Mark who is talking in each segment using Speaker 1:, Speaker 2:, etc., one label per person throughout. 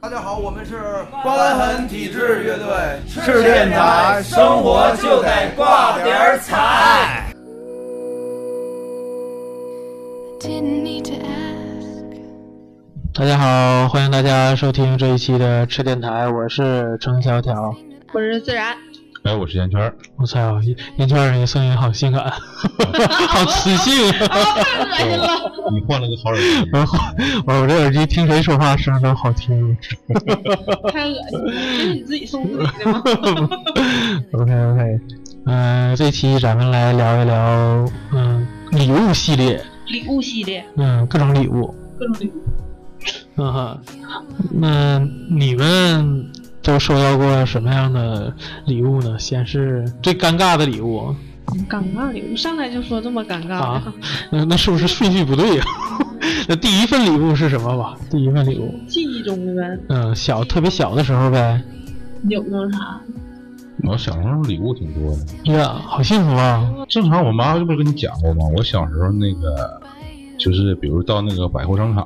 Speaker 1: 大家好，我们是
Speaker 2: 瘢痕体质乐队
Speaker 3: 是电台，生活就得挂点儿彩。
Speaker 4: Didn't need to ask.
Speaker 5: 大家好，欢迎大家收听这一期的吃电台，我是程条条。
Speaker 6: 我是自然，
Speaker 7: 哎，我是烟圈儿，
Speaker 5: 我操，烟烟圈儿也声音好性感， 好磁性。。
Speaker 6: 太恶心了！
Speaker 7: 你换了个好耳机
Speaker 5: 然后我我这耳机听谁说话声儿都好听。
Speaker 6: 太恶心了，这是你自己送自己 的吗？
Speaker 5: OK OK，嗯、这期咱们来聊一聊，嗯、礼物系列，
Speaker 6: 礼物系列，
Speaker 5: 嗯、各种礼物，
Speaker 6: 各种礼物。
Speaker 5: 嗯哈。那你们都收到过什么样的礼物呢？先是最尴尬的礼物
Speaker 6: 尴尬礼物，上来就说这么尴尬
Speaker 5: 啊，那那是不是顺序不对啊？ 那第一份礼物是什么吧？第一份礼物，
Speaker 6: 记忆中的呗，
Speaker 5: 嗯，小特别小的时候呗，
Speaker 6: 有没有啥？
Speaker 7: 我小时候礼物挺多的，
Speaker 5: 呀，好幸福啊！
Speaker 7: 正常我妈不是跟你讲过吗？我小时候那个就是，比如到那个百货商场，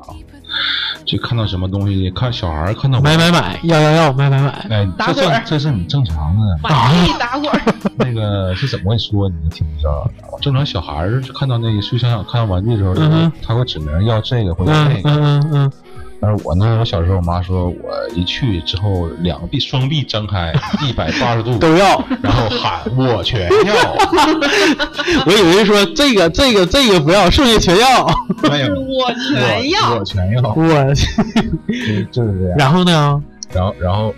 Speaker 7: 就看到什么东西，看小孩儿看到
Speaker 5: 买买买，要要要，买买买，
Speaker 7: 哎，
Speaker 6: 打
Speaker 7: 这
Speaker 6: 滚儿
Speaker 7: 算这是你正常的。
Speaker 6: 马屁打滚儿，
Speaker 7: 那个是怎么跟你说？你能听不着？啊正常小孩儿就看到那个去商场看玩具的时候，
Speaker 5: 嗯哼
Speaker 7: 他会指明要这个或者那
Speaker 5: 嗯
Speaker 7: 个。
Speaker 5: 嗯嗯嗯，
Speaker 7: 但是我呢，我小时候我妈说我一去之后，两个臂双臂张开一百八十度，
Speaker 5: 都要。
Speaker 7: 然后喊我全要。
Speaker 5: 我以为说这个这个这个不要，剩下全要。
Speaker 7: 哎呀，
Speaker 6: 我全
Speaker 7: 我
Speaker 6: 要
Speaker 7: 我全要，
Speaker 5: 我，
Speaker 7: 就就是这样。
Speaker 5: 然后呢？
Speaker 7: 然后然后，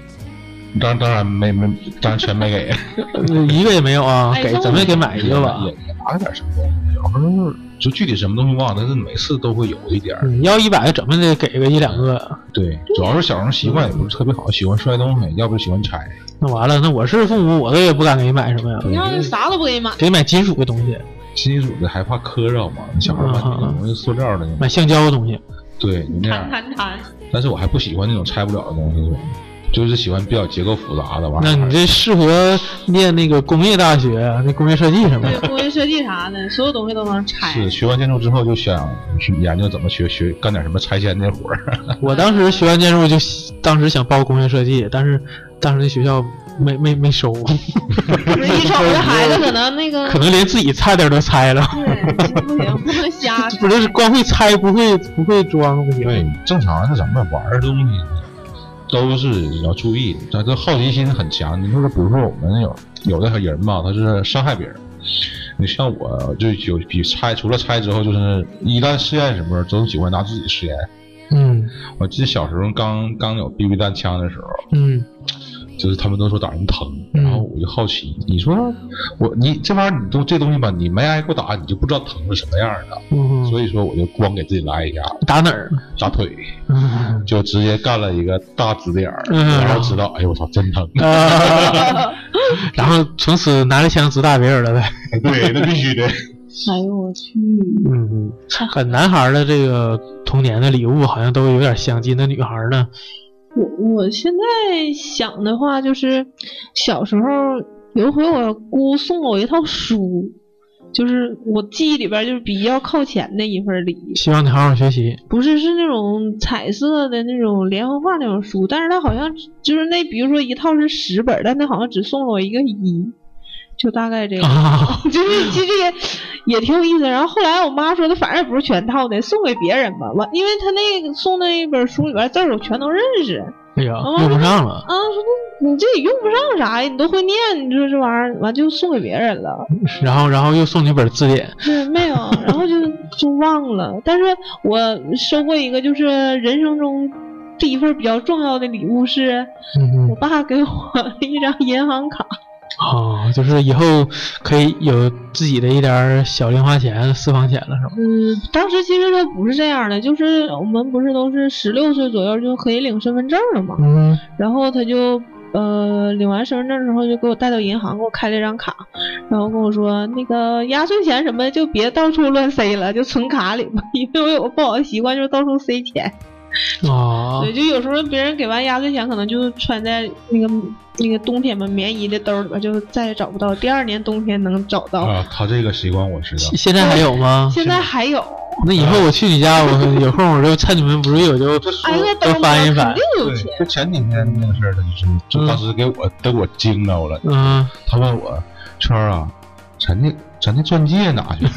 Speaker 7: 当当然没没，当然全没给，
Speaker 5: 呃一个也没有啊，
Speaker 6: 哎
Speaker 5: 给
Speaker 6: 那
Speaker 5: 咱们给买一个吧
Speaker 7: 也。也拿了点什么东西，有时候就具体什么东西忘了，但是每次都会有一点儿。
Speaker 5: 嗯，要一百个，怎么得给个一两个？
Speaker 7: 对，主要是小时候习惯也不是特别好，喜欢摔东西，要不就喜欢拆。
Speaker 5: 那完了，那我是父母，我都也不敢给你买什么呀，
Speaker 6: 你要是啥都不给你买，
Speaker 5: 给买金属的东西，
Speaker 7: 金属的还怕磕着嘛，小孩儿买那种东西塑料的那种，
Speaker 5: 买橡胶的东西。
Speaker 7: 对，就那样
Speaker 6: 弹。弹弹，
Speaker 7: 但是我还不喜欢那种拆不了的东西，就是喜欢比较结构复杂的玩意
Speaker 5: 那你
Speaker 7: 儿。
Speaker 5: 这适合念那个工业大学，那工业设计什么
Speaker 6: 对，
Speaker 5: 的。
Speaker 6: 工业设计啥的，所有东西都能拆。
Speaker 7: 是学完建筑之后就想去研究怎么学学干点什么拆迁那活儿，
Speaker 5: 我当时学完建筑就当时想报工业设计，但是当时那学校没没没收，
Speaker 6: 一瞅这孩子可能那个
Speaker 5: 可能连自己差点都拆了。
Speaker 6: 对，不行，不能 瞎
Speaker 5: 不是光会拆不会不会装不行。
Speaker 7: 对，正常是咱们玩儿的东西都是要注意，咱这好奇心很强。你说，比如说我们有有的人吧，他是伤害别人。你像我就有比拆，除了拆之后，就是一旦试验什么，都喜欢拿自己试验。
Speaker 5: 嗯
Speaker 7: 我记得小时候刚刚有 BB 弹枪的时候，
Speaker 5: 嗯
Speaker 7: 就是他们都说打人疼，
Speaker 5: 嗯
Speaker 7: 然后我就好奇，你说我你这玩意儿你都这东西吧，你没挨过打，你就不知道疼是什么样儿的，
Speaker 5: 嗯，
Speaker 7: 所以说我就光给自己来一下
Speaker 5: 打哪儿？
Speaker 7: 打腿，
Speaker 5: 嗯
Speaker 7: 就直接干了一个大紫点儿，
Speaker 5: 嗯，
Speaker 7: 然后知道，哎呦我操，真疼
Speaker 5: 嗯啊，然后从此拿着枪直打别人了呗。
Speaker 7: 对，那必须的，
Speaker 6: 哎呦我去，
Speaker 5: 嗯， 和男孩儿的这个童年的礼物好像都有点相近，那女孩儿呢？
Speaker 6: 我我现在想的话，就是小时候有一回我姑送我一套书，就是我记忆里边就是比较靠前的一份礼，
Speaker 5: 希望你好好学习。
Speaker 6: 不是是那种彩色的那种连环画那种书，但是它好像就是那比如说一套是十本，但它好像只送了我一个一，就大概这个。
Speaker 5: 啊，
Speaker 6: 就是其实也也挺有意思。然后后来我妈说的，反正也不是全套的，送给别人吧。完，因为他那个送那一本书里边字儿我全都认识啊，
Speaker 5: 哎呀，用不上了。
Speaker 6: 说那你这也用不上啥呀，你都会念，你说这玩意儿完就送给别人了。
Speaker 5: 然后，然后又送你本字典，
Speaker 6: 对，没有， 然后就就忘了。但是我收过一个，就是人生中。第一份比较重要的礼物是
Speaker 5: 嗯
Speaker 6: 我
Speaker 5: 嗯，
Speaker 6: 爸给我一张银行卡，
Speaker 5: 啊，就是以后可以有自己的一点儿小零花钱、私房钱了，是吧？
Speaker 6: 嗯，当时其实他不是这样的，就是我们不是都是十六岁左右就可以领身份证了嘛。
Speaker 5: 嗯，
Speaker 6: 然后他就呃领完身份证之后，就给我带到银行，给我开了一张卡，然后跟我说那个压岁钱什么的就别到处乱塞了，就存卡里吧， 因为我有个不好的习惯就是到处塞钱，
Speaker 5: 啊
Speaker 6: 对，，就有时候别人给完压岁钱，可能就穿在那个那个冬天嘛棉衣的兜里边，就再也找不到，第二年冬天能找到。
Speaker 7: 啊，他这个习惯我知道，
Speaker 5: 啊现在还有吗？
Speaker 6: 现在还有，
Speaker 5: 那以后我去你家，我有空我就趁你们不注意，我就
Speaker 6: 挨个
Speaker 5: 多
Speaker 6: 兜
Speaker 5: 翻一翻
Speaker 6: 肯。定哎有
Speaker 7: 对
Speaker 6: 钱，。
Speaker 7: 就前几天那个事儿，他就是，就当时给我都给我惊着了。
Speaker 5: 嗯，
Speaker 7: 他问我，圈儿啊，咱那咱那钻戒哪去了？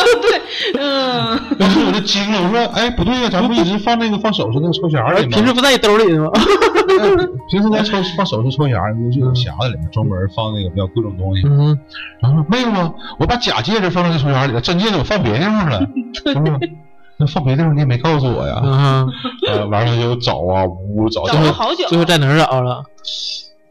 Speaker 6: 嗯，
Speaker 7: 当时我就惊了，我说，哎，不对呀、咱不一直放那个放首饰那个抽匣儿里吗？
Speaker 5: 哎平时不在你兜里的吗？
Speaker 7: 哎平时咱抽放首饰抽匣儿，就有匣子里面专门放那个比较贵重东西。
Speaker 5: 嗯，
Speaker 7: 然后说没有啊，我把假戒指放在那抽匣里了，真戒指我放别地 方了。我说那放别地方你也没告诉我呀？
Speaker 5: 嗯，
Speaker 7: 呃，完了就找啊，呜呜找，
Speaker 5: 哦
Speaker 6: 找
Speaker 7: 最
Speaker 6: 了
Speaker 7: 后
Speaker 6: 好久，
Speaker 5: 最后在哪儿找了？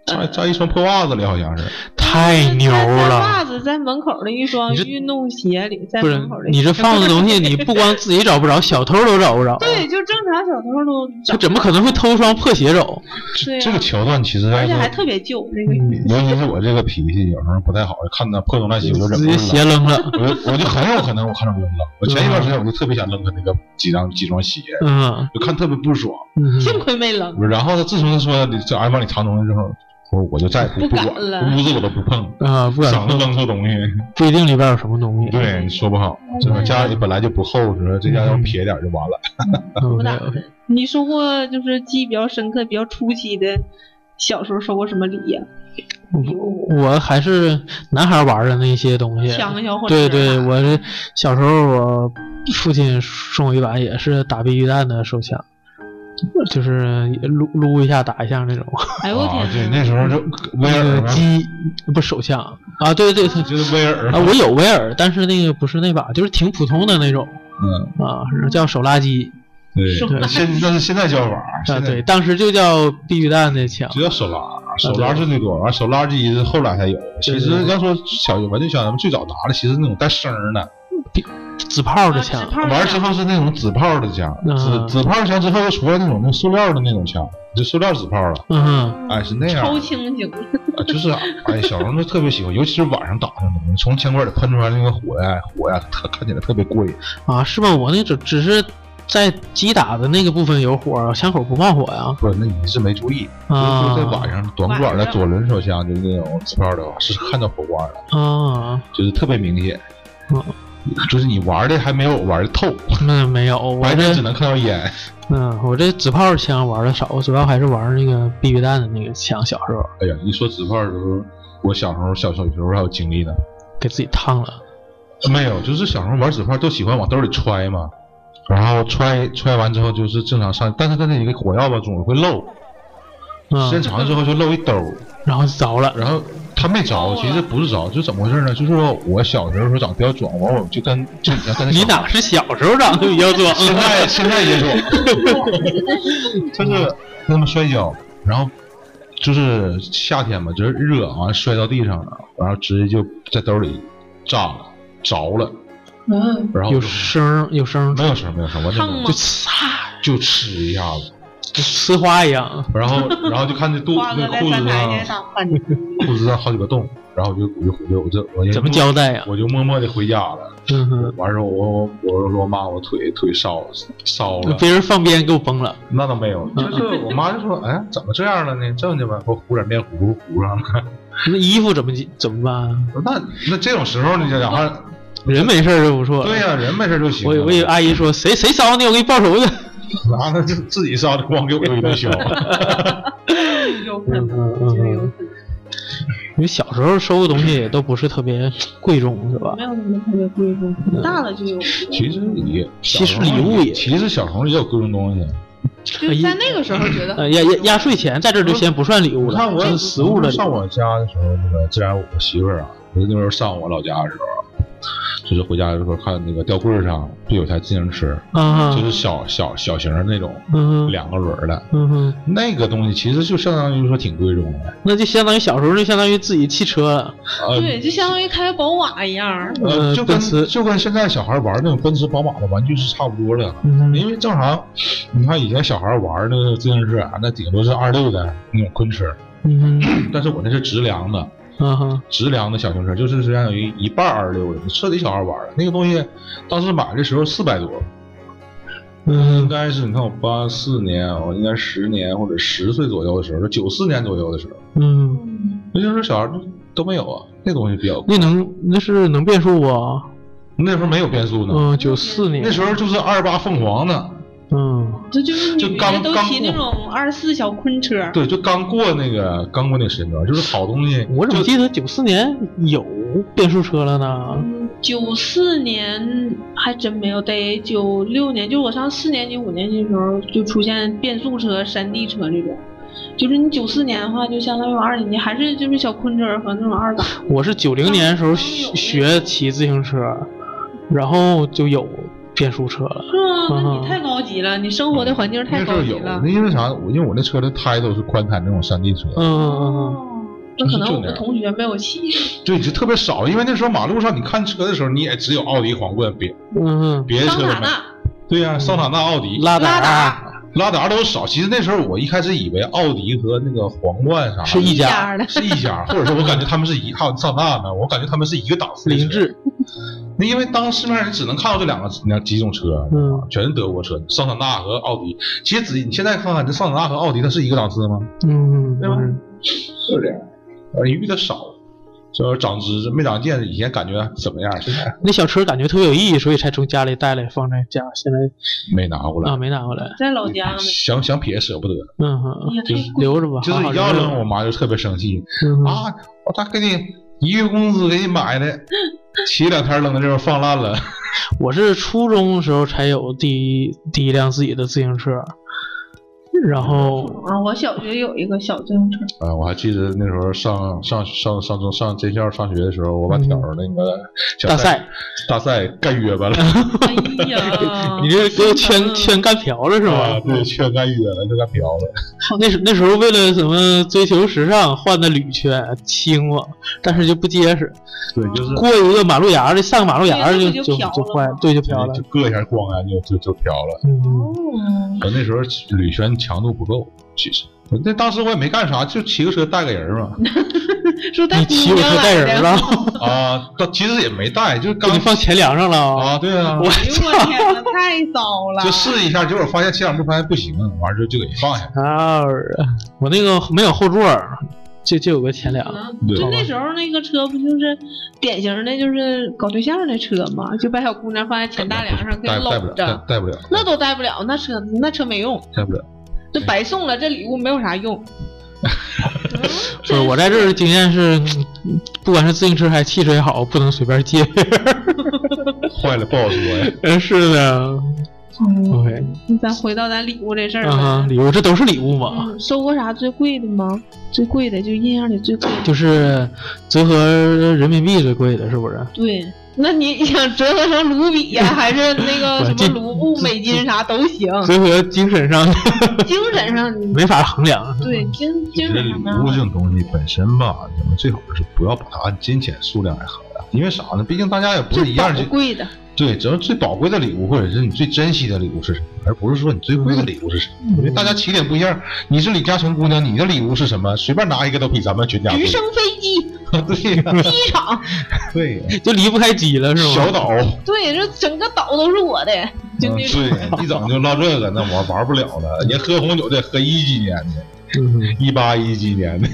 Speaker 7: 在在一双破袜子里好像是。
Speaker 5: 太牛
Speaker 6: 在
Speaker 5: 了！
Speaker 6: 袜子在门口的一双
Speaker 5: 你这
Speaker 6: 运动鞋里，啊在
Speaker 5: 不是
Speaker 6: 门口的一
Speaker 5: 你这放的东西，你不光自己找不着，小偷都找不着。
Speaker 7: 哦
Speaker 6: 对，，就正常小偷都
Speaker 5: 他
Speaker 6: 找，
Speaker 5: 怎么可能会偷双破鞋走？
Speaker 6: 对啊
Speaker 7: 这个桥段其实在
Speaker 6: 而且
Speaker 7: 说
Speaker 6: 还特别旧，那个
Speaker 7: 尤其是我这个脾气有时候不太好，看到破东烂西我就忍
Speaker 5: 直
Speaker 7: 不
Speaker 5: 接
Speaker 7: 住
Speaker 5: 鞋
Speaker 7: 了，
Speaker 5: 扔了。
Speaker 7: 我就我就很有可能我看着扔了。我前一段时间我就特别想扔他那个几张几双鞋，
Speaker 5: 嗯，
Speaker 7: 就看特别不爽。
Speaker 5: 嗯
Speaker 6: 幸亏没扔。
Speaker 7: 然后他自从他说你这俺往里藏东西之后，我我就再也不
Speaker 6: 不
Speaker 7: 不管
Speaker 6: 敢了
Speaker 7: 屋子我都不碰，
Speaker 5: 啊，不敢
Speaker 7: 省得
Speaker 5: 碰，
Speaker 7: 扔出东西。
Speaker 5: 不一定里边有什么东西。嗯
Speaker 7: 对，你说不好，这个家里本来就不厚实，这家要撇点就完了。
Speaker 6: 不
Speaker 5: ，OK
Speaker 6: 打
Speaker 7: 嗯
Speaker 5: OK，
Speaker 6: 的。你收过就是记忆比较深刻、比较出奇的，小时候收过什么礼呀、
Speaker 5: 我我还是男孩玩的那些东西。
Speaker 6: 枪啊销或者
Speaker 5: 对对，我是小时候我父亲送我一把也是打避孕弹的手枪，就是撸撸一下打一下那种。
Speaker 6: 哎呦我
Speaker 7: 啊，对，
Speaker 6: 天
Speaker 7: 那
Speaker 6: 哪！
Speaker 7: 时候就威
Speaker 5: 那
Speaker 7: 尔
Speaker 5: 个
Speaker 7: 嘛，
Speaker 5: 机不是手枪啊，对对对。
Speaker 7: 就是威尔
Speaker 5: 啊，我有威尔，但是那个不是那把，就是挺普通的那种
Speaker 7: 嗯，
Speaker 5: 啊，叫手拉机
Speaker 6: 手
Speaker 7: 对，
Speaker 6: 拉
Speaker 7: 现但是现在叫法，
Speaker 5: 啊，
Speaker 7: 现在
Speaker 5: 对，当时就叫避孕弹那枪，
Speaker 7: 只叫手拉，手拉最多，完手拉机是后来才有。其实要说小玩具枪，咱们最早拿的其实那种带声儿的，
Speaker 5: 纸炮的枪
Speaker 6: 啊纸，炮
Speaker 7: 玩之后是那种纸炮的枪，
Speaker 5: 嗯
Speaker 7: 纸纸炮枪之后又出来那种那塑料的那种枪，就塑料纸炮了。
Speaker 5: 嗯哼，
Speaker 7: 哎，是那样
Speaker 6: 超
Speaker 7: 的，
Speaker 6: 轻型，
Speaker 7: 啊就是哎，小时候就特别喜欢，尤其是晚上打那种东西，从枪管里喷出来那个火呀，火呀，特看起来特别过瘾。
Speaker 5: 啊，是吧？我那只只是在击打的那个部分有火，枪口不冒火呀。
Speaker 7: 不是，那你是没注意，
Speaker 5: 啊，
Speaker 7: 就就在晚上短裤管的左轮手枪，就是那种纸炮的话，是看到火花的，
Speaker 5: 啊，
Speaker 7: 就是特别明显。
Speaker 5: 嗯
Speaker 7: 就是你玩的还没有玩的透，
Speaker 5: 那没有，我
Speaker 7: 白天只
Speaker 5: 这
Speaker 7: 能看到哎烟。
Speaker 5: 嗯，我这纸炮枪玩的少，我主要还是玩那个避孕弹的那个枪。小时候
Speaker 7: 哎呀，一说纸炮的时候，我小时候小小时候还有经历呢。
Speaker 5: 给自己烫了，
Speaker 7: 没有，就是小时候玩纸炮都喜欢往兜里揣嘛，然后揣揣完之后就是正常上，但是它那一个火药吧总会漏，时间
Speaker 5: 嗯，
Speaker 7: 长了之后就漏一兜儿，
Speaker 5: 然后着了，
Speaker 7: 然后它没着，其实不是着，就怎么回事呢？就是说我小时候时候长得比较壮，完我就跟就你看跟那
Speaker 5: 你
Speaker 7: 小
Speaker 5: 哪是小时候长得比较壮？啊
Speaker 7: 现在现在也壮，就是跟他们摔跤，然后就是夏天嘛，就是热，完了摔到地上了，然后直接就在兜里炸了，着了，
Speaker 6: 嗯，
Speaker 7: 然后
Speaker 5: 有
Speaker 7: 就
Speaker 5: 声儿有声儿，
Speaker 7: 没有声儿，没有声儿，完全没
Speaker 6: 烫
Speaker 7: 有
Speaker 6: 吗
Speaker 5: 就呲，
Speaker 7: 就吃一下子，
Speaker 5: 就呲花一样。
Speaker 7: 然后然后就看这肚
Speaker 6: 花
Speaker 7: 子
Speaker 6: 哥
Speaker 7: 那
Speaker 6: 在
Speaker 7: 裤
Speaker 6: 三
Speaker 7: 子
Speaker 6: 台街
Speaker 7: 上
Speaker 6: 打饭去，
Speaker 7: 裤子上好几个洞，然后我就我就回去，我就我就
Speaker 5: 怎么交代啊呀？
Speaker 7: 我就默默的回家了。
Speaker 5: 嗯哼，
Speaker 7: 完事儿我我我说妈，我腿腿烧烧了，
Speaker 5: 别人放鞭给我崩了，
Speaker 7: 那倒没有，
Speaker 5: 嗯
Speaker 7: 就是我妈就说，哎，怎么这样了呢？正经吧，给我糊点面糊糊上了。
Speaker 5: 那衣服怎么怎么办？ 啊
Speaker 7: 那那这种时候你就然后，
Speaker 5: 人没事儿就不错了。
Speaker 7: 对呀、人没事就行
Speaker 5: 我
Speaker 7: 了。
Speaker 5: 哦以我以为哎阿姨说谁谁烧你，我给你报仇去。
Speaker 7: 拿那就自己烧的光给我一 顿削。嗯
Speaker 6: 有可能，我觉得有可能，
Speaker 5: 因为小时候收的东西也都不是特别贵重，是吧
Speaker 6: 没？有什么特别贵重，
Speaker 7: 嗯
Speaker 6: 大了就有。
Speaker 7: 其实也，
Speaker 5: 其实礼物也
Speaker 7: 其实小时候也有各种东西。
Speaker 5: 哎
Speaker 6: 就在那个时候觉得
Speaker 5: 呃，压压压岁钱在这儿就先不算礼物
Speaker 7: 你看
Speaker 5: 了，
Speaker 7: 我
Speaker 5: 这是实物的礼
Speaker 7: 上
Speaker 5: 物。
Speaker 7: 我家的时候，那个自然我媳妇儿啊，我那时候上我老家的时候，就是回家的时候看那个吊柜上不有台自行车，
Speaker 5: 啊
Speaker 7: 就是小小小型的那种
Speaker 5: 嗯哼
Speaker 7: 两个轮儿的。
Speaker 5: 嗯哼，
Speaker 7: 那个东西其实就相当于说挺贵重的，
Speaker 5: 那就相当于小时候就相当于自己汽车了。
Speaker 7: 呃，
Speaker 6: 对，就相当于开宝马一样，
Speaker 7: 呃，就跟
Speaker 5: 奔驰
Speaker 7: 就跟现在小孩玩那种奔驰、宝马的玩具是差不多的，
Speaker 5: 嗯哼
Speaker 7: 因为正常，你看以前小孩玩那个自行车啊，那顶多是二六的那种昆车，
Speaker 5: 嗯哼
Speaker 7: 但是我那是直梁的，
Speaker 5: 啊哈
Speaker 7: 直梁的小型车，就是相当于一半二六的，彻底小孩玩的那个东西。当时买的时候四百多，应
Speaker 5: 嗯哼
Speaker 7: 该是你看我八四年，我应该十年或者十岁左右的时候，就九四年左右的时候，
Speaker 5: 嗯，
Speaker 7: 那就是小孩都没有啊，那东西比较
Speaker 5: 那
Speaker 7: 贵。
Speaker 5: 能那是能变数不？
Speaker 7: 那时候没有变速呢，
Speaker 5: 嗯，九四年
Speaker 7: 嗯那，时候就是二八凤凰呢，
Speaker 5: 嗯
Speaker 6: 这就是
Speaker 7: 就
Speaker 6: 女
Speaker 7: 刚
Speaker 6: 的都
Speaker 7: 刚
Speaker 6: 骑那
Speaker 7: 过
Speaker 6: 种二四小昆车，
Speaker 7: 对，就刚过那个刚过那个时间段，就是好东西，
Speaker 5: 我怎么
Speaker 7: 就
Speaker 5: 记得九四年有变速车了呢？
Speaker 6: 九四年还真没有，得九六年，就我上四年级、五年级的时候就出现变速车、山地车这种。就是你九四年的话，就相当于我二年级，还是就是小昆车和那种二档。
Speaker 5: 我是九零年的时候学学骑自行车，然后就有变速车了。
Speaker 6: 是吗？那
Speaker 5: 嗯
Speaker 6: 你太高级了，你生活的环境太
Speaker 7: 那时
Speaker 6: 高
Speaker 7: 候
Speaker 6: 级
Speaker 7: 有，
Speaker 5: 啊
Speaker 6: 了
Speaker 7: 那。因为啥？我因为我那车的胎都是宽胎那种山地车，
Speaker 5: 嗯嗯
Speaker 6: 哦，那可能我
Speaker 7: 就是这
Speaker 6: 们
Speaker 7: 样
Speaker 6: 同学没有骑。
Speaker 7: 对，就特别少。因为那时候马路上你看车的时候，你也只有奥迪、皇冠，别
Speaker 5: 嗯嗯
Speaker 7: 别的
Speaker 6: 桑
Speaker 7: 车
Speaker 6: 塔
Speaker 7: 都没。
Speaker 6: 纳、
Speaker 7: 对呀、桑塔纳、奥迪、
Speaker 5: 嗯，拉
Speaker 6: 拉
Speaker 5: 达
Speaker 6: 达
Speaker 7: 拉达都少。其实那时候我一开始以为奥迪和那个皇冠啥的
Speaker 5: 是一家，
Speaker 6: 的，
Speaker 7: 是一家，或者说我感觉他们是一，还有桑塔纳呢，我感觉他们是一个档次的车
Speaker 5: 凌。志，
Speaker 7: 那因为当市面上你只能看到这两个两几种车，啊
Speaker 5: 嗯
Speaker 7: 全是德国车，桑塔纳和奥迪。其实仔细你现在看看，这桑塔纳和奥迪它是一个档次的吗？
Speaker 5: 嗯
Speaker 7: 对吧
Speaker 5: 嗯
Speaker 7: 是这样，呃，遇的少，就是长知识没长见识。以前感觉怎么样？现在
Speaker 5: 那小车感觉特别有意义，所以才从家里带来放在家，现在
Speaker 7: 没拿过来，
Speaker 5: 啊没拿回来。
Speaker 6: 在老家呢。
Speaker 7: 想想撇舍不得，
Speaker 5: 嗯哼，
Speaker 6: 哎呀，
Speaker 7: 就是
Speaker 6: 太贵
Speaker 5: 留着吧，
Speaker 7: 就是
Speaker 5: 好好啊
Speaker 7: 要
Speaker 5: 留着
Speaker 7: 扔，我妈就特别生气、
Speaker 5: 嗯哼
Speaker 7: 啊！我大给你一月工资给你买的， 骑两天扔在这边放烂了。
Speaker 5: 我是初中的时候才有第一第一辆自己的自行车，然后
Speaker 6: 啊！我小学有一个小自行车，
Speaker 7: 啊，我还记得那时候上上上上中上军校上学的时候，我把条儿那个小
Speaker 5: 大
Speaker 7: 赛
Speaker 5: 赛，，
Speaker 7: 大赛干约巴了，
Speaker 6: 哎呀
Speaker 5: 你这给我牵
Speaker 6: 嗯
Speaker 5: 牵干瓢了是
Speaker 7: 啊
Speaker 5: 吗？
Speaker 7: 对，全干约了，就干瓢了。
Speaker 5: 那时那时候为了什么追求时尚换的铝圈轻嘛，但是就不结实，
Speaker 7: 对，就是
Speaker 5: 过一个马路牙儿的上个马路牙儿就
Speaker 6: 对那不就
Speaker 5: 就
Speaker 6: 瓢
Speaker 5: 就
Speaker 6: 了
Speaker 5: 坏，
Speaker 6: 吗
Speaker 5: 对就瓢了
Speaker 7: 就。硌一下光啊，就就就瓢了。
Speaker 5: 嗯，
Speaker 6: 哦，
Speaker 7: 我那时候铝圈强度不够，其实那当时我也没干啥，就骑个车带个人儿 嘛。
Speaker 6: 说带
Speaker 5: 你骑我
Speaker 6: 姑娘
Speaker 5: 车带
Speaker 6: 来
Speaker 5: 人
Speaker 6: 的
Speaker 5: 了，
Speaker 7: 啊，到其实也没带，就是
Speaker 5: 给
Speaker 7: 刚
Speaker 5: 你放前梁上了啊！
Speaker 7: 啊，对啊
Speaker 5: 我，
Speaker 6: 哎呦我天 呐，太糟了！
Speaker 7: 就试一下，结果发现骑两步发现不行，完事儿就给放下。
Speaker 5: 啊，我那个没有后座儿，就就有个前梁。
Speaker 6: 嗯
Speaker 7: 对
Speaker 6: 就那时候那个车不就是典型的，就是搞对象的车嘛，就把小姑娘放在前大梁上给
Speaker 7: 带带不
Speaker 6: 搂
Speaker 7: 了，带
Speaker 6: 着，
Speaker 7: 带不了，
Speaker 6: 那都带不了，那车那车没用，
Speaker 7: 带不了。
Speaker 6: 这
Speaker 5: 哎
Speaker 6: 白送了，这礼物没有啥用。
Speaker 5: 不是，我在这儿的经验是，嗯不管是自行车还是汽车也好，不能随便借。
Speaker 7: 坏了不好说 呀。
Speaker 5: 是的
Speaker 6: 嗯，
Speaker 5: ，OK，
Speaker 6: 咱回到咱礼物这事儿
Speaker 5: 嗯哼，
Speaker 6: 呗。
Speaker 5: 礼物这都是礼物嘛，
Speaker 6: 嗯，收过啥最贵的吗？最贵的就印象里最贵的。
Speaker 5: 就是折合人民币最贵的，是不是？
Speaker 6: 对，那你想折合成卢比呀，还是 那个
Speaker 5: 不
Speaker 6: 什
Speaker 5: 是
Speaker 6: 么
Speaker 5: 这
Speaker 6: 卢布、美金啥都行，
Speaker 5: 折合精神上
Speaker 6: 精神上你
Speaker 5: 没法衡量。
Speaker 6: 对
Speaker 7: 嗯
Speaker 6: 精精
Speaker 7: 这
Speaker 6: 神
Speaker 7: 礼
Speaker 6: 上
Speaker 7: 物这
Speaker 6: 呢
Speaker 7: 种东西本身吧，你们最好是不要把它按金钱数量来衡量，因为啥呢？毕竟大家也不
Speaker 6: 就是
Speaker 7: 一样
Speaker 6: 宝
Speaker 7: 去
Speaker 6: 贵的。
Speaker 7: 对，只要最宝贵的礼物，或者是你最珍惜的礼物是什么，而不是说你最贵的礼物是什么。
Speaker 6: 嗯
Speaker 7: 因为大家起点不一样，你是李嘉诚姑娘，你的礼物是什么？随便拿一个都比咱们全家贵
Speaker 6: 直。升飞 机、
Speaker 7: 对呀、
Speaker 6: 机场，
Speaker 7: 对呀、
Speaker 5: 就离不开鸡了，是吗？
Speaker 7: 小岛，嗯
Speaker 6: 对，这整个岛都是我的， 就那种。
Speaker 7: 对，一整就唠这个，那我玩不了了。人家喝红酒得喝一几年的，
Speaker 5: 嗯哼
Speaker 7: 一八一几年的，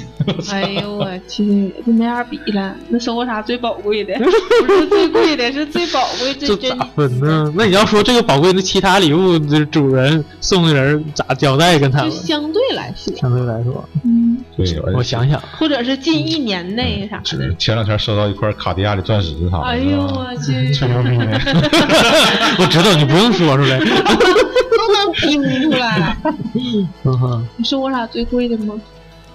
Speaker 6: 哎呦我去，这没法比了。那收过啥最宝贵 的？不是最贵的，是最宝贵、最
Speaker 5: 这
Speaker 6: 珍
Speaker 5: 咋分呢？那你要说这个宝贵的其他礼物的主人送的人咋交代跟他
Speaker 6: 就
Speaker 5: 们？
Speaker 6: 相对来说，
Speaker 5: 相对来说，
Speaker 6: 嗯，
Speaker 7: 对，
Speaker 5: 我想想，
Speaker 6: 或者是近一年内啥
Speaker 7: 只
Speaker 6: 的。
Speaker 7: 是前两天收到一块卡地亚的钻石啥的，
Speaker 6: 哎呦
Speaker 7: 是吧
Speaker 6: 我 去，
Speaker 7: 吹牛逼呢，
Speaker 5: 我知道你不用说出来。
Speaker 6: 都能听出来。
Speaker 5: 嗯哼，
Speaker 6: 你收过啥最贵的吗？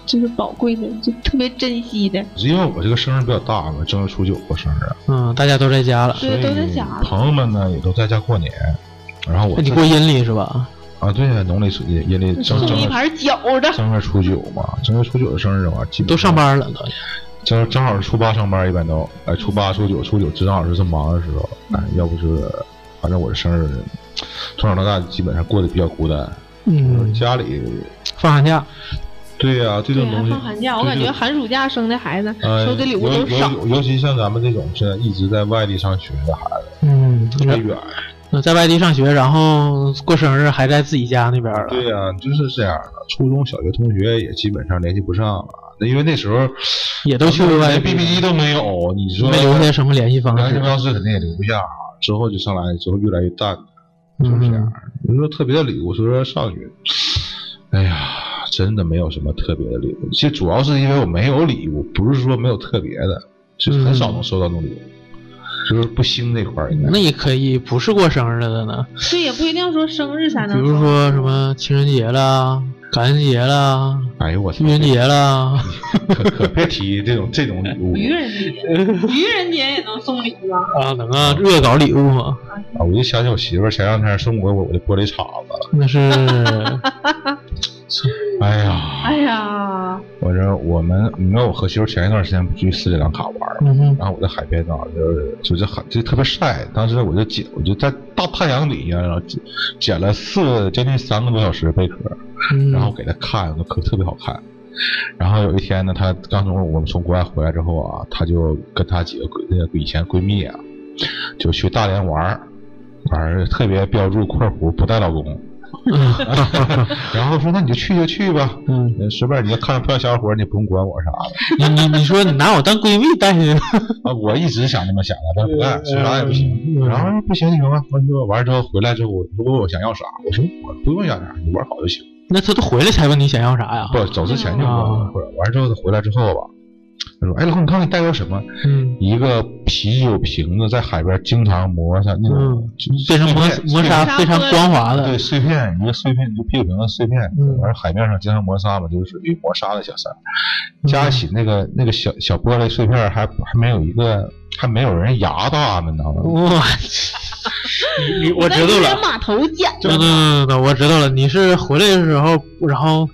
Speaker 6: 就是宝贵的，就特别珍惜的。
Speaker 7: 是因为我这个生日比较大嘛，正月初九过生日，
Speaker 5: 嗯，大家都在家了，
Speaker 7: 所以
Speaker 6: 对，都在想。
Speaker 7: 朋友们呢也都在家过年，然后我
Speaker 5: 那哎你
Speaker 7: 自
Speaker 5: 过阴历是吧？
Speaker 7: 啊，对呀，农历初也也得正
Speaker 6: 送
Speaker 7: 正
Speaker 6: 一
Speaker 7: 月
Speaker 6: 盘饺子，
Speaker 7: 正月初九嘛，正月初九的生日嘛，基本
Speaker 5: 都上，班了，都
Speaker 7: 正正好是初八上班，一般都哎，初八、初九、初九正好是忙的时候，哎，要不是反正我的生日从小到大基本上过得比较孤单，
Speaker 5: 嗯，
Speaker 7: 家里
Speaker 5: 放寒假，
Speaker 7: 对呀、这
Speaker 6: 对，
Speaker 7: 种
Speaker 6: 还
Speaker 7: 东西
Speaker 6: 放。寒假，我
Speaker 7: 对
Speaker 6: 感觉
Speaker 7: 对
Speaker 6: 寒暑假生的孩子
Speaker 7: 呃，
Speaker 6: 收的礼物
Speaker 7: 尤
Speaker 6: 都少。
Speaker 7: 尤尤其像咱们这种现在一直在外地上学的孩子，
Speaker 5: 嗯，
Speaker 7: 特别远。
Speaker 5: 那在外地上学，然后过生日还在自己家那边了。
Speaker 7: 对呀、就是这样的。初中小学同学也基本上联系不上了，那因为那时候
Speaker 5: 也都去
Speaker 7: 连
Speaker 5: YB
Speaker 7: BB 机都没有，你说
Speaker 5: 没留下什么联系方
Speaker 7: 联系
Speaker 5: 式。
Speaker 7: 方式肯定也留不下，啊之后就上来之后越来越淡，就是这样
Speaker 5: 嗯，。
Speaker 7: 你说特别的礼物，说上学，哎呀，真的没有什么特别的礼物。其实主要是因为我没有礼物，不是说没有特别的，就是很少能收到那种礼物，就是不兴那块儿应
Speaker 5: 嗯
Speaker 7: 该。
Speaker 5: 那也可以不是过生日的呢，
Speaker 6: 这也不一定说生日才
Speaker 5: 比
Speaker 6: 能。
Speaker 5: 如说什么情人节啦、感恩节啦、
Speaker 7: 哎呦我操
Speaker 5: 愚！人节 啦，
Speaker 7: 可可别提这种这种礼 物
Speaker 6: 愚人节，愚人节也能送礼物啊？
Speaker 5: 啊能啊，恶搞礼物嘛，
Speaker 7: 啊！我就想起我媳妇儿前两天送我我的玻璃碴子，
Speaker 5: 那 是
Speaker 7: 哎呀，
Speaker 6: 哎呀，
Speaker 7: 我说我们你知道我和媳妇儿前一段时间不去斯里兰卡玩儿吗？
Speaker 5: 嗯哼
Speaker 7: 然后我在海边呢，就是就是很就特别晒，当时我就捡，我就在大太阳底下，然后捡捡了四将近三个多小时贝壳，
Speaker 5: 嗯，
Speaker 7: 然后给他看，那壳特别好看。然后有一天呢，她刚从我们从国外回来之后啊，她就跟她几个闺那个以前闺蜜啊，就去大连玩儿，玩儿特别标注（括弧不带老公）， 然后说那你就去就去吧，
Speaker 5: 嗯，
Speaker 7: 呃随便你要看着漂亮小伙儿，你不用管我啥的。
Speaker 5: 你你你说你拿我当闺蜜带去，
Speaker 7: 啊，我一直想这么想的，但是不干，说啥也不行。
Speaker 5: 嗯
Speaker 7: 然后不行，你说吧，完之后完了之后回来之后，我问我想要啥，我说我不用要啥，你玩好就行。
Speaker 5: 那他都回来才问你想要啥呀？
Speaker 7: 不，走之前就问
Speaker 5: 啊
Speaker 7: 我，或者完了之后他回来之后吧，他说：“哎，老公，你看我给你带过什么？
Speaker 5: 嗯，
Speaker 7: 一个啤酒瓶子在海边经常磨砂那种
Speaker 5: 嗯，变成磨
Speaker 7: 碎片
Speaker 5: 磨砂非常光滑
Speaker 7: 对
Speaker 5: 的，
Speaker 7: 碎片，一个碎片，一个啤酒瓶子碎片，
Speaker 5: 嗯
Speaker 7: 完了海面上经常磨砂嘛，就是属于磨砂的小山，
Speaker 5: 嗯
Speaker 7: 加起那个那个小小玻璃碎片还还没有一个还没有人牙大呢，你知道吗？
Speaker 5: 我你我知道
Speaker 6: 在渔人
Speaker 5: 了。
Speaker 6: 码头捡
Speaker 5: 等等等等，我知道了，你是回来的时候，然后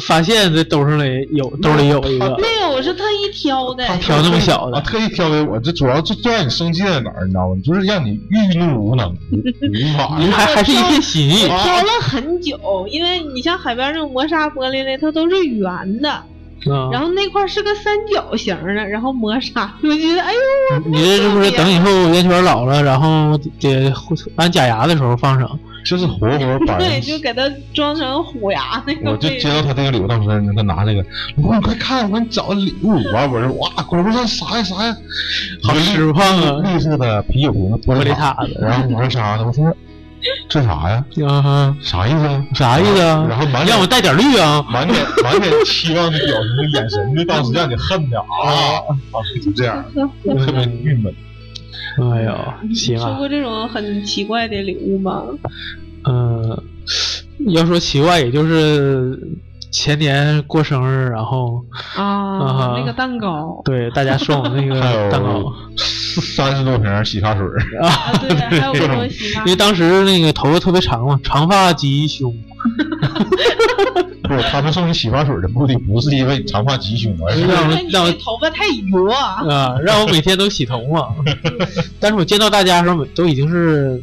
Speaker 5: 发现这兜上里有兜里有一个，
Speaker 6: 没有，我是特意挑的。
Speaker 5: 挑那么小的
Speaker 7: 啊，特意挑给我，这主要就就让你生气在哪儿，你知道吗？就是让你欲怒 无能，无法
Speaker 5: 你还还是一片心意
Speaker 6: 我，挑了很久，因为你像海边那种磨砂玻璃的，它都是圆的，
Speaker 5: 嗯
Speaker 6: 然后那块是个三角形的，然后磨砂，我觉得哎呦，
Speaker 5: 你嗯这是不是等以后圆圈老了，然后得安假牙的时候放上？
Speaker 7: 就是活活把
Speaker 6: 对，
Speaker 7: 人。
Speaker 6: 就给它装成虎牙那个
Speaker 7: 我就
Speaker 6: 位置。
Speaker 7: 接到他这个礼物，当时他拿那个，我说你快看，我给你找个礼物。完，我说哇，果不上啥呀啥呀，
Speaker 5: 好失望啊！
Speaker 7: 绿色的啤酒瓶子玻
Speaker 5: 玻璃
Speaker 7: 塔
Speaker 5: 塔子
Speaker 7: 然后我说啥呢？我说这啥呀？
Speaker 5: 啊哈，
Speaker 7: 啥意思啊？
Speaker 5: 啥意思啊？
Speaker 7: 然后满脸
Speaker 5: 让我带点绿啊！
Speaker 7: 满脸满脸期望的表情和眼神，就当时让你恨的 啊啊，就这样，特别郁闷。
Speaker 5: 哎呦，行
Speaker 6: 收
Speaker 5: 啊，
Speaker 6: 过这种很奇怪的礼物吗？
Speaker 5: 嗯，要说奇怪，也就是前年过生日，然后
Speaker 6: 啊
Speaker 5: 啊，
Speaker 6: 那个蛋糕
Speaker 5: 对大家送我那个
Speaker 7: 还有
Speaker 5: 蛋糕，
Speaker 7: 三十多瓶洗发水儿，
Speaker 6: 啊，对，还有那种洗发
Speaker 5: 因为当时那个头发特别长嘛，长发及胸，
Speaker 7: 不是他们送你洗发水的目的不是因为你长发及胸，而是
Speaker 5: 让
Speaker 6: 那
Speaker 5: 我
Speaker 6: 你
Speaker 5: 让
Speaker 6: 的
Speaker 5: 我
Speaker 6: 头发太油啊！
Speaker 5: 啊，让我每天都洗头 嘛。但是我见到大家的时候，都已经是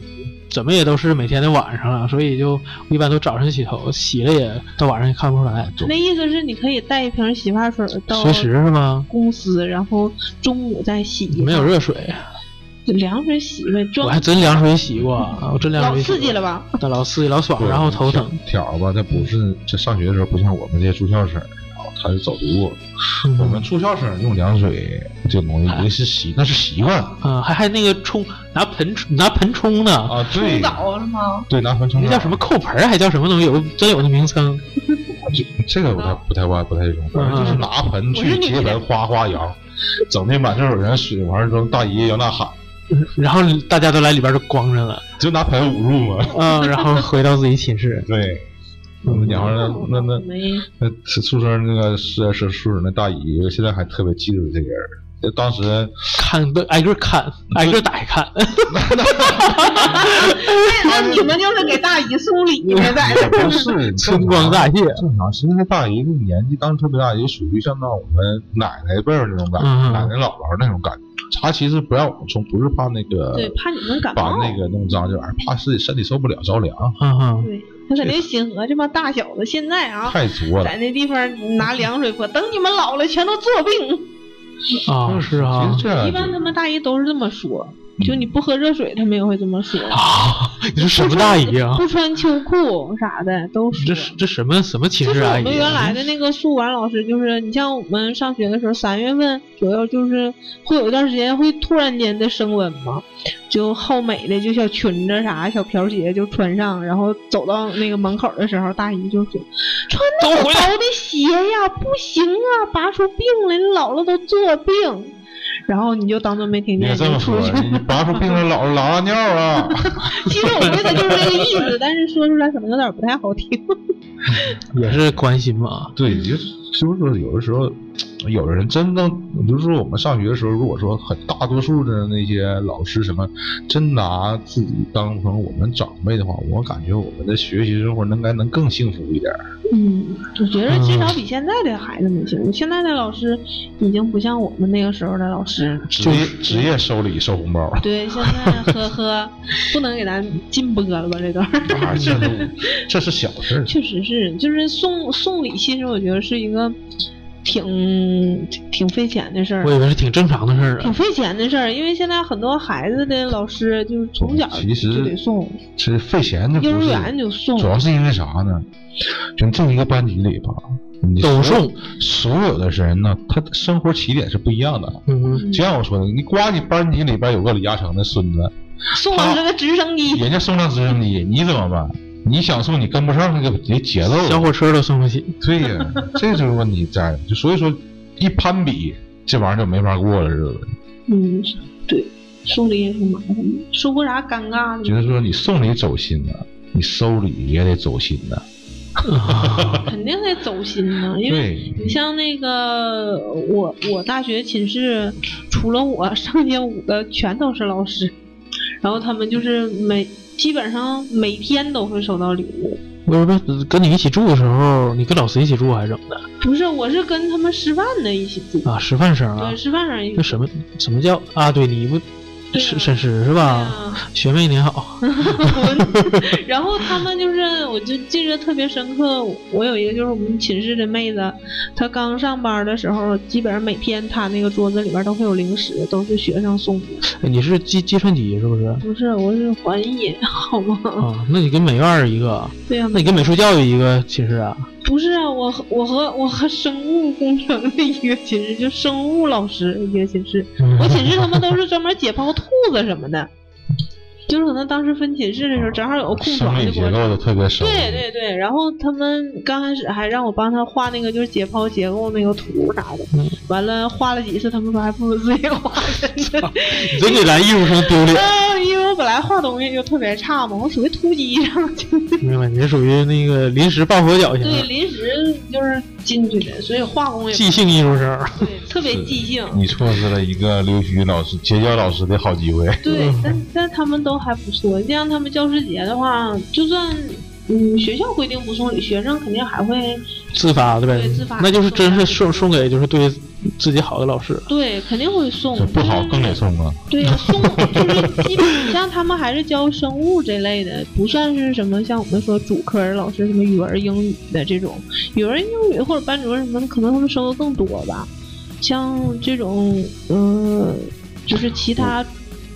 Speaker 5: 怎么也都是每天的晚上了，所以就我一般都早上洗头，洗了也到晚上也看不出来。
Speaker 6: 那意思是你可以带一瓶洗发水到
Speaker 5: 随时是吗？
Speaker 6: 公司，然后中午再洗。
Speaker 5: 没有热水，
Speaker 6: 就凉水洗呗，
Speaker 5: 我
Speaker 6: 装
Speaker 5: 还真凉水洗过，我真凉
Speaker 6: 嗯老
Speaker 5: 水洗过
Speaker 6: 刺激了吧？
Speaker 5: 那老刺激老爽，
Speaker 7: 对
Speaker 5: 然后头疼。
Speaker 7: 挑吧，他不是这上学的时候不像我们这些住校生，然后他是走读。我
Speaker 5: 嗯
Speaker 7: 们住校生用凉水这东西，一个是习那是习惯
Speaker 5: 啊，还还那个冲拿盆拿盆冲呢，
Speaker 7: 啊，对
Speaker 6: 澡是吗？
Speaker 7: 对，拿盆冲
Speaker 5: 那
Speaker 7: 澡
Speaker 5: 叫什么扣盆儿还叫什么东西？有个真有那名称。
Speaker 7: 就这个我倒不太不太不太
Speaker 5: 嗯
Speaker 7: 懂，反正就是拿盆去接盆哗哗扬，整那满厕所全水，完了之后大姨要那喊，
Speaker 5: 然后大家都来里边都光着了，
Speaker 7: 就拿盆捂住嘛。
Speaker 5: 啊，然后回到自己寝室。
Speaker 7: 对，
Speaker 5: 嗯
Speaker 7: 然后啊那那那
Speaker 6: 没
Speaker 7: 那宿舍那个是是宿舍那大姨，我现在还特别记住这个人儿。就当时
Speaker 5: 砍都挨个砍，挨个打一砍。
Speaker 6: 那你们就是给大姨送礼呗，在
Speaker 5: 嗯
Speaker 7: 也不是
Speaker 5: 春光乍泄
Speaker 7: 正常。其实那大姨那年纪当时特别大，也属于像到我们奶奶辈儿那种感觉，
Speaker 5: 嗯嗯
Speaker 7: 奶奶姥姥那种感觉。她其实不让我们冲，不是怕那个，
Speaker 6: 对，怕你们感
Speaker 7: 把
Speaker 6: 冒。啊
Speaker 7: 那个弄脏就玩意儿，怕自己身体受不了着凉，
Speaker 5: 嗯哼，
Speaker 6: 对，他肯定心合这帮大小子现在啊，
Speaker 7: 太作了
Speaker 6: 在。那地方拿凉水泼，等你们老了全都坐病。
Speaker 5: 啊，是啊
Speaker 7: 其实，这样
Speaker 6: 一般他们大姨都是这么说，就你不喝热水，他们也会这么说。
Speaker 5: 啊， 你说什么大姨啊？
Speaker 6: 不穿秋裤啥的都
Speaker 5: 这
Speaker 6: 说。
Speaker 5: 是这什么什么歧
Speaker 6: 就是
Speaker 5: 视
Speaker 6: 我
Speaker 5: 阿姨
Speaker 6: 们
Speaker 5: 啊？
Speaker 6: 原来的那个宿管老师，就是你像我们上学的时候，三月份左右，就是会有一段时间会突然间的升温嘛，就好美的就小裙子啥、小瓢鞋就穿上，然后走到那个门口的时候，大姨就说：“穿那么
Speaker 5: 都回来
Speaker 6: 薄的鞋呀，不行啊，拔出病来，你姥姥都坐病。”然后你就当做没听
Speaker 7: 你
Speaker 6: 见，
Speaker 7: 也
Speaker 6: 就
Speaker 7: 这么
Speaker 6: 出
Speaker 7: 说
Speaker 6: 去，。
Speaker 7: 你拔出病来老是拉 尿啊？
Speaker 6: 其实我为的就是这个意思，但是说出来可能有点不太好听。
Speaker 5: 也是关心嘛。
Speaker 7: 对，就是就是说，有的时候，有的人真正就是说，我们上学的时候，如果说很大多数的那些老师什么，真拿自己当成我们长辈的话，我感觉我们的学习生活应该能更幸福一点儿。
Speaker 6: 嗯，我觉得至少比现在的孩子们幸福。现在的老师已经不像我们那个时候的老师。
Speaker 7: 职业职业收礼收红包，
Speaker 6: 对，现在呵呵，不能给咱禁播了吧？这段 儿
Speaker 7: 那啊这都这是小事儿。
Speaker 6: 确实是，就是送送礼，其实我觉得是一个挺挺费钱的事儿
Speaker 5: 我，以为是挺正常的事儿
Speaker 6: 挺
Speaker 5: 啊。
Speaker 6: 费钱的事儿。因为现在很多孩子的老师就是从小
Speaker 7: 哎其实
Speaker 6: 就得送，
Speaker 7: 其实费钱的不
Speaker 6: 幼儿
Speaker 7: 是
Speaker 6: 园就送
Speaker 7: 主要是因为啥呢？就这一个班级里吧，
Speaker 5: 都
Speaker 7: 你所有
Speaker 5: 送
Speaker 7: 所有的人呢，他的生活起点是不一样的。
Speaker 5: 嗯哼，
Speaker 6: 嗯
Speaker 7: 就像我说的，你瓜你班级里边有个李嘉诚的孙子，
Speaker 6: 送的是个直升机。
Speaker 7: 人家送上直升机，你怎么办？你想送你跟不上那个节节奏，啊
Speaker 5: 小火车都送不起。
Speaker 7: 对呀、这就是问题在。就所以说，一攀比，这玩意儿就没法过了日子。
Speaker 6: 嗯，对，送礼也挺麻烦的，说不啥尴尬的。
Speaker 7: 觉得说你送礼走心呐，你收礼也得走心呐。
Speaker 5: 啊
Speaker 6: 肯定得走心呢，因为
Speaker 7: 对，
Speaker 6: 你像那个我我大学寝室除了我，剩下五个全都是老师，然后他们就是每基本上每天都会收到礼物。
Speaker 5: 为什么跟你一起住的时候，你跟老师一起住还是怎么的
Speaker 6: 不是，我是跟他们吃饭的一起住，
Speaker 5: 啊？师范生啊
Speaker 6: 对，？吃饭上一
Speaker 5: 那
Speaker 6: 起住。
Speaker 5: 什么什么叫啊？对你不
Speaker 6: 对啊
Speaker 5: 沈沈石是
Speaker 6: 对
Speaker 5: 吧？
Speaker 6: 啊
Speaker 5: 学妹你好，
Speaker 6: 然后他们就是，我就记得特别深刻。我有一个就是我们寝室的妹子，她刚上班的时候，基本上每天她那个桌子里边都会有零食，都是学生送的。
Speaker 5: 哎你是计计算机是不是？
Speaker 6: 不是，我是环艺， 好吗？
Speaker 5: 啊，那你跟美院儿一个，
Speaker 6: 对呀、
Speaker 5: 那你跟美术教育一个寝室啊？
Speaker 6: 不是啊，我和我和我和生物工程的一个寝室，就生物老师一个寝室。我寝室他们都是专门解剖兔子什么的，就是可能当时分寝室的时候，正好有个空
Speaker 7: 生
Speaker 6: 床
Speaker 7: 理
Speaker 6: 就给
Speaker 7: 结
Speaker 6: 我
Speaker 7: 构的特别熟。
Speaker 6: 对对对，然后他们刚开始还让我帮他画那个就是解剖结构那个图啥的，
Speaker 5: 嗯
Speaker 6: 完了画了几次，他们说还不如自己画，真 的。
Speaker 5: 你 真给咱艺术生丢脸，
Speaker 6: 嗯， 因为我本来画东西就特别差嘛，我属于突击，然后就
Speaker 5: 明白？你是属于那个临时抱佛脚型
Speaker 6: 对
Speaker 7: 嗯
Speaker 5: 的
Speaker 6: 临时就是进去的，所以画工也
Speaker 5: 即兴艺术生。
Speaker 6: 不对，特别即兴。
Speaker 7: 你错失了一个溜须老师、结交老师的好机会。
Speaker 6: 对，但但他们都还不错。就像他们教师节的话，就算嗯学校规定不送礼，学生肯定还会
Speaker 5: 自发的呗
Speaker 6: 对自发，
Speaker 5: 那就是真是
Speaker 6: 送
Speaker 5: 送送给就是对自己好的老师。
Speaker 6: 对肯定会送
Speaker 7: 这，不好
Speaker 6: 就是
Speaker 7: 更得送啊！
Speaker 6: 对呀，送就是基本像他们还是教生物这类的，不算是什么像我们说主科儿老师什么语文、英语的这种，语文、英语或者班主任什么的，可能他们收的更多吧。像这种，嗯、就是其他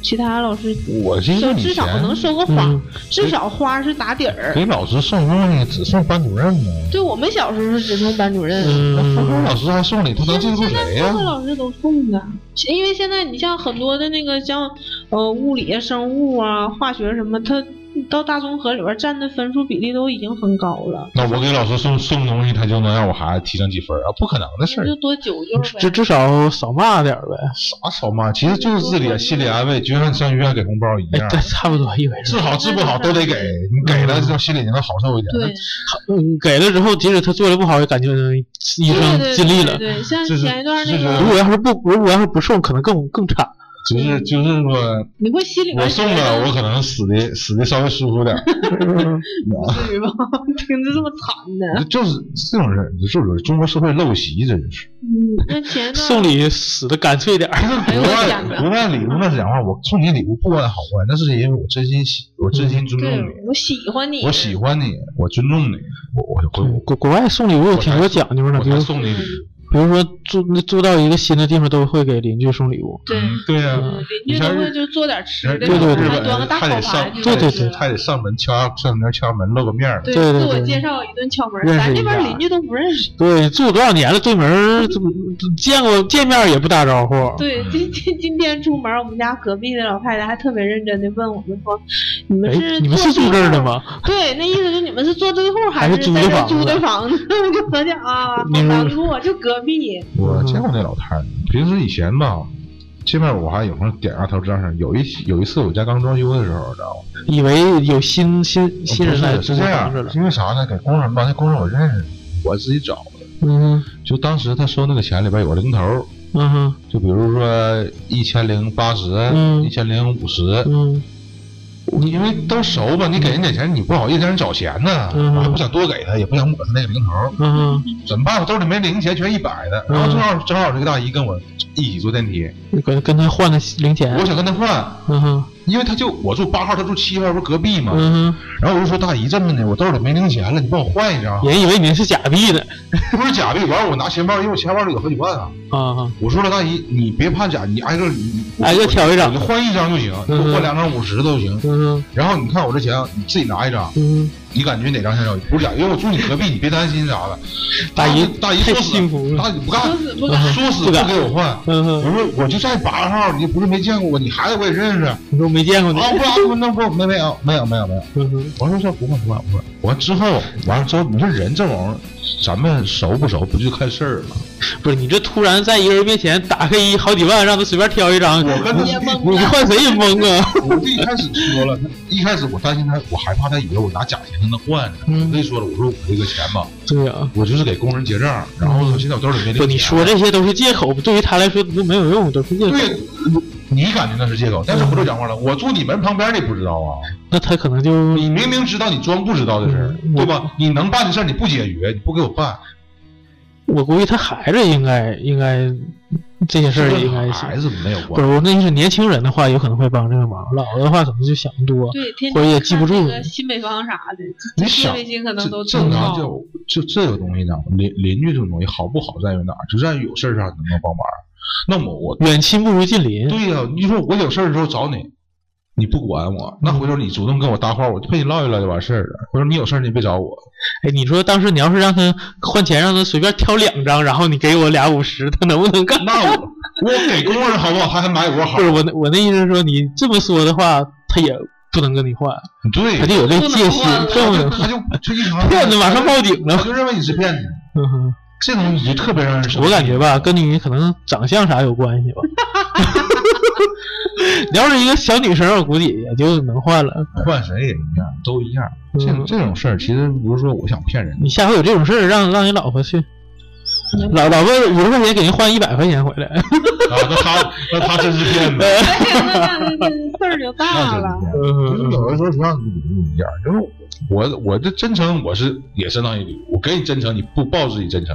Speaker 6: 其他老师，
Speaker 7: 我记得
Speaker 6: 收
Speaker 7: 以
Speaker 6: 至少
Speaker 7: 前
Speaker 6: 能收个花，
Speaker 5: 嗯，
Speaker 6: 至少花是打底儿。
Speaker 7: 给老师送东西只送班主任呢，
Speaker 6: 对我们小时候是只送班主任。
Speaker 7: 那
Speaker 5: 嗯
Speaker 7: 辅 导老师还送礼，他能
Speaker 6: 现
Speaker 7: 记住
Speaker 6: 现在
Speaker 7: 谁
Speaker 6: 各
Speaker 7: 呀
Speaker 6: 个？老师都送的，因为现在你像很多的那个像呃物理、生物啊、化学什么，它到大综合里边占的分数比例都已经很高了，
Speaker 7: 那我给老师送送东西，他就能让我孩子提升几分啊？不可能的事
Speaker 6: 那
Speaker 7: 儿
Speaker 6: 就，多久就是
Speaker 5: 至
Speaker 6: 呗。
Speaker 5: 至少少骂点儿呗，
Speaker 7: 啥少骂，其实就是自己心理安慰，就像上学校给红包一
Speaker 5: 哎
Speaker 7: 样，，
Speaker 5: 这差不多一回事
Speaker 7: 治。好治不好都得给，你给了就心里能好受一点。
Speaker 6: 对，
Speaker 5: 嗯，给了之后，即使他做的不好，也感觉嗯医
Speaker 6: 对对
Speaker 5: 生尽力
Speaker 6: 对
Speaker 5: 了。
Speaker 6: 对对，像
Speaker 7: 这是
Speaker 6: 前一段那
Speaker 7: 这
Speaker 5: 如
Speaker 7: 是
Speaker 6: 个，
Speaker 5: 果要是不，如果要是不送，可能更更惨。
Speaker 7: 就是就是说，
Speaker 6: 你会心里边
Speaker 7: 我送
Speaker 6: 觉
Speaker 7: 了，
Speaker 6: 得
Speaker 7: 我可能死的死的稍微舒服点儿，
Speaker 6: 不至于吧？ 听着这么惨的，
Speaker 7: 就是这种事儿，就是中国社会陋习，这就是。
Speaker 6: 嗯，那前一段
Speaker 5: 送礼死的干脆点儿，
Speaker 6: 哎呦
Speaker 7: 不
Speaker 6: 我
Speaker 7: 按
Speaker 6: 天哪
Speaker 7: 不按礼物那是讲话，我送你礼物不管好坏，那是因为我真心喜，我真心尊
Speaker 6: 嗯
Speaker 7: 重
Speaker 6: 对
Speaker 7: 你，
Speaker 6: 我喜欢你，
Speaker 7: 我喜欢你，我尊重你，我我我
Speaker 5: 国国外送礼物有挺多讲究的，
Speaker 7: 我
Speaker 5: 比
Speaker 7: 才
Speaker 5: 如
Speaker 7: 送你礼物。
Speaker 5: 比如说住住到一个新的地方，都会给邻居送礼物。
Speaker 6: 对，
Speaker 7: 嗯对呀、
Speaker 5: 嗯
Speaker 6: 邻居都会就做点吃的，然后
Speaker 5: 对对
Speaker 6: 还端
Speaker 7: 日
Speaker 6: 个
Speaker 7: 本
Speaker 6: 大
Speaker 7: 还
Speaker 6: 烤盘
Speaker 7: 得上，
Speaker 6: 就
Speaker 5: 对对
Speaker 6: 是
Speaker 5: 对
Speaker 6: 了
Speaker 7: 还得上门敲上门敲门露个面儿。
Speaker 6: 对
Speaker 5: 对对
Speaker 6: 自我
Speaker 5: 对
Speaker 6: 介绍一顿敲门，
Speaker 5: 认识
Speaker 6: 咱
Speaker 5: 一
Speaker 6: 这边
Speaker 5: 下
Speaker 6: 邻居都不认识。
Speaker 5: 对，住多少年了，对门儿这么见过见面也不打招呼。
Speaker 6: 对，今今今天出门，我们家隔壁的老太太还特别认真的问我们说：“你们
Speaker 5: 哎，
Speaker 6: 是
Speaker 5: 你们
Speaker 6: 做
Speaker 5: 是住
Speaker 6: 对
Speaker 5: 这儿
Speaker 6: 户
Speaker 5: 的？吗？
Speaker 6: 对，那意思是你们是做对户还
Speaker 5: 还是租
Speaker 6: 在
Speaker 5: 的
Speaker 6: 这儿
Speaker 5: 房
Speaker 6: 租
Speaker 5: 子
Speaker 6: 的房子？ 我就合计啊，好
Speaker 5: 你们
Speaker 6: 难过，就隔壁。
Speaker 7: 我
Speaker 5: 嗯
Speaker 7: 见过那老太太，平时以前吧，见面我还有时候点个头这样式儿。有一有一次我家刚装修的时候，知道吗？
Speaker 5: 以为有新新新人来
Speaker 7: 哦不是
Speaker 5: 租
Speaker 7: 是这
Speaker 5: 房子
Speaker 7: 样，
Speaker 5: 了
Speaker 7: 是。因为啥呢？给工人吧，那工人我认识，我自己找的。
Speaker 5: 嗯哼
Speaker 7: 就当时他收那个钱里边有个零头儿，
Speaker 5: 嗯哼
Speaker 7: 就比如说一千零八十、
Speaker 5: 嗯
Speaker 7: 一千零五十，
Speaker 5: 嗯
Speaker 7: 因为都熟吧，你给人点钱，你不好意思让人找钱呢，
Speaker 5: 嗯
Speaker 7: 我还不想多给他，也不想抹他那个零头儿，
Speaker 5: 嗯哼，
Speaker 7: 怎么办？我兜里没零钱，全一百的。
Speaker 5: 嗯
Speaker 7: 然后正好正好这个大姨跟我一起坐电梯，
Speaker 5: 你跟跟他换的零钱
Speaker 7: 我。想跟他换，
Speaker 5: 嗯哼
Speaker 7: 因为他就我住八号，他住七号，不是隔壁嘛。
Speaker 5: 嗯
Speaker 7: 然后我就说大姨这么的，我兜里没零钱了，你帮我换一张
Speaker 5: 哼，，人以为你是假币呢。
Speaker 7: 不是假币。完我拿钱包，因为我钱包里有好几万啊。
Speaker 5: 啊，
Speaker 7: 我说了大姨，你别判假，你挨个你
Speaker 5: 挨个挑一张
Speaker 7: 你换一张就行，
Speaker 5: 嗯
Speaker 7: 就换两张五十都行。
Speaker 5: 嗯哼
Speaker 7: 然后你看我这钱，啊你自己拿一张。
Speaker 5: 嗯
Speaker 7: 你感觉哪张像小雨？不是假，因为我住你隔壁，你别担心啥的。
Speaker 5: 大姨
Speaker 7: 大姨
Speaker 5: 太
Speaker 7: 说死
Speaker 5: 幸福了
Speaker 7: 大姨不
Speaker 6: 说
Speaker 7: 干，
Speaker 6: 死不敢，
Speaker 7: 说死不给我换。
Speaker 5: 嗯
Speaker 7: 我
Speaker 5: 哼，
Speaker 7: 说我就在八号，你不是没见过我，你孩子我也认识。啊，
Speaker 5: 你说没见过
Speaker 7: 不
Speaker 5: 你。
Speaker 7: 拉不那不没没有没有没有没有。
Speaker 5: 嗯哼
Speaker 7: 我说这不换不换不换。完之后完了之后，你说人这玩意儿，咱们熟不熟不就看事儿吗？
Speaker 5: 不是你这突然在一个人面前打开一好几万，让他随便挑一张，
Speaker 7: 我跟他
Speaker 5: 你你换谁也懵啊。
Speaker 7: 我就一开始说了，一开始我担心他，我害怕他以为我拿假钱跟他换呢。我跟
Speaker 5: 嗯，
Speaker 7: 你说了，我说我这个钱吧，
Speaker 5: 对呀、
Speaker 7: 我就是给工人结账，然后现在我兜里没零
Speaker 5: 不，
Speaker 7: 钱。
Speaker 5: 嗯你说这些都是借口，对于他来说都没有用，都是借口。
Speaker 7: 对，你感觉那是借口，但是不是讲话了？我住你门旁边，你不知道啊？
Speaker 5: 那他可能就
Speaker 7: 你明明知道，你装不知道的事儿，
Speaker 5: 嗯
Speaker 7: 对吧？你能办的事儿你不解决，你不给我办，
Speaker 5: 我估计他孩子应该应该这些事儿应该
Speaker 7: 跟
Speaker 5: 是
Speaker 7: 孩子没有
Speaker 5: 不
Speaker 7: 关
Speaker 5: 是
Speaker 7: 系。
Speaker 5: 我那意思，年轻人的话有可能会帮这个忙，老的话可能就想得多。
Speaker 6: 对，天
Speaker 5: 哦我
Speaker 6: 天
Speaker 5: 也记不
Speaker 6: 看那
Speaker 5: 住
Speaker 6: 个新北方啥的，
Speaker 7: 你
Speaker 6: 这戒
Speaker 7: 想
Speaker 6: 备心可能都
Speaker 7: 这
Speaker 6: 特
Speaker 7: 这
Speaker 6: 高
Speaker 7: 啥就就这个东西呢？邻邻居这种东西好不好在于哪儿？就在于有事儿上能不能帮忙。那么我
Speaker 5: 远亲不如近邻。
Speaker 7: 对呀、你说我有事儿的时候找你，你不管我，那回头你主动跟我搭话，我陪你唠一唠就完事儿了。回头你有事儿你别找我，
Speaker 5: 哎，你说当时你要是让他换钱，让他随便挑两张，然后你给我俩五十，他能不能干？
Speaker 7: 那我 我给工人好不好？他还买我好
Speaker 5: 不？是我那我那意思是说，你这么说的话，他也不能跟你换，
Speaker 7: 对
Speaker 5: 他，就有这
Speaker 6: 不能
Speaker 5: 戒心
Speaker 6: 换，
Speaker 5: 更不能
Speaker 7: 他就就一场
Speaker 5: 骗子马上报警
Speaker 7: 他
Speaker 5: 了。
Speaker 7: 就认为你是骗子，
Speaker 5: 嗯 哼
Speaker 7: 这种东西就特别让人生气。
Speaker 5: 我感觉吧，跟你可能长相啥有关系吧。 你要是一个小女生，我估计也就能换了。
Speaker 7: 换谁也一样，都一样。这
Speaker 5: 嗯
Speaker 7: 这种事儿其实不是说我想 骗人，啊
Speaker 5: 你下回有这种事儿，让让你老婆去，老老婆五十块钱给人换一百块钱回来。
Speaker 7: 啊，那他那他真是骗子。
Speaker 6: 哎呀 那那那那事儿就
Speaker 7: 那
Speaker 6: 大
Speaker 7: 真是
Speaker 6: 了。
Speaker 7: 骗子就是
Speaker 5: 嗯
Speaker 7: 有的时候同样的礼物一样，就是我我这真诚我是也相当于礼物，我给你真诚，你不报自己真诚，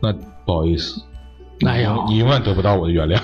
Speaker 7: 那不好意思，
Speaker 5: 哎呦
Speaker 7: 你永远得不到我的原谅。